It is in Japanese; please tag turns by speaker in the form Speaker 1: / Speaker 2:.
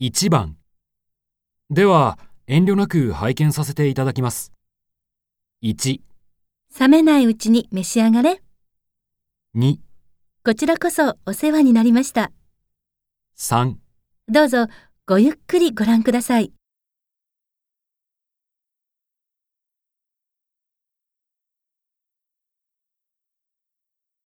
Speaker 1: 1番。では、遠慮なく拝見させていただきます。1、
Speaker 2: 冷めないうちに召し上がれ。
Speaker 1: 2、
Speaker 2: こちらこそお世話になりました。
Speaker 1: 3。
Speaker 2: どうぞごゆっくりご覧ください。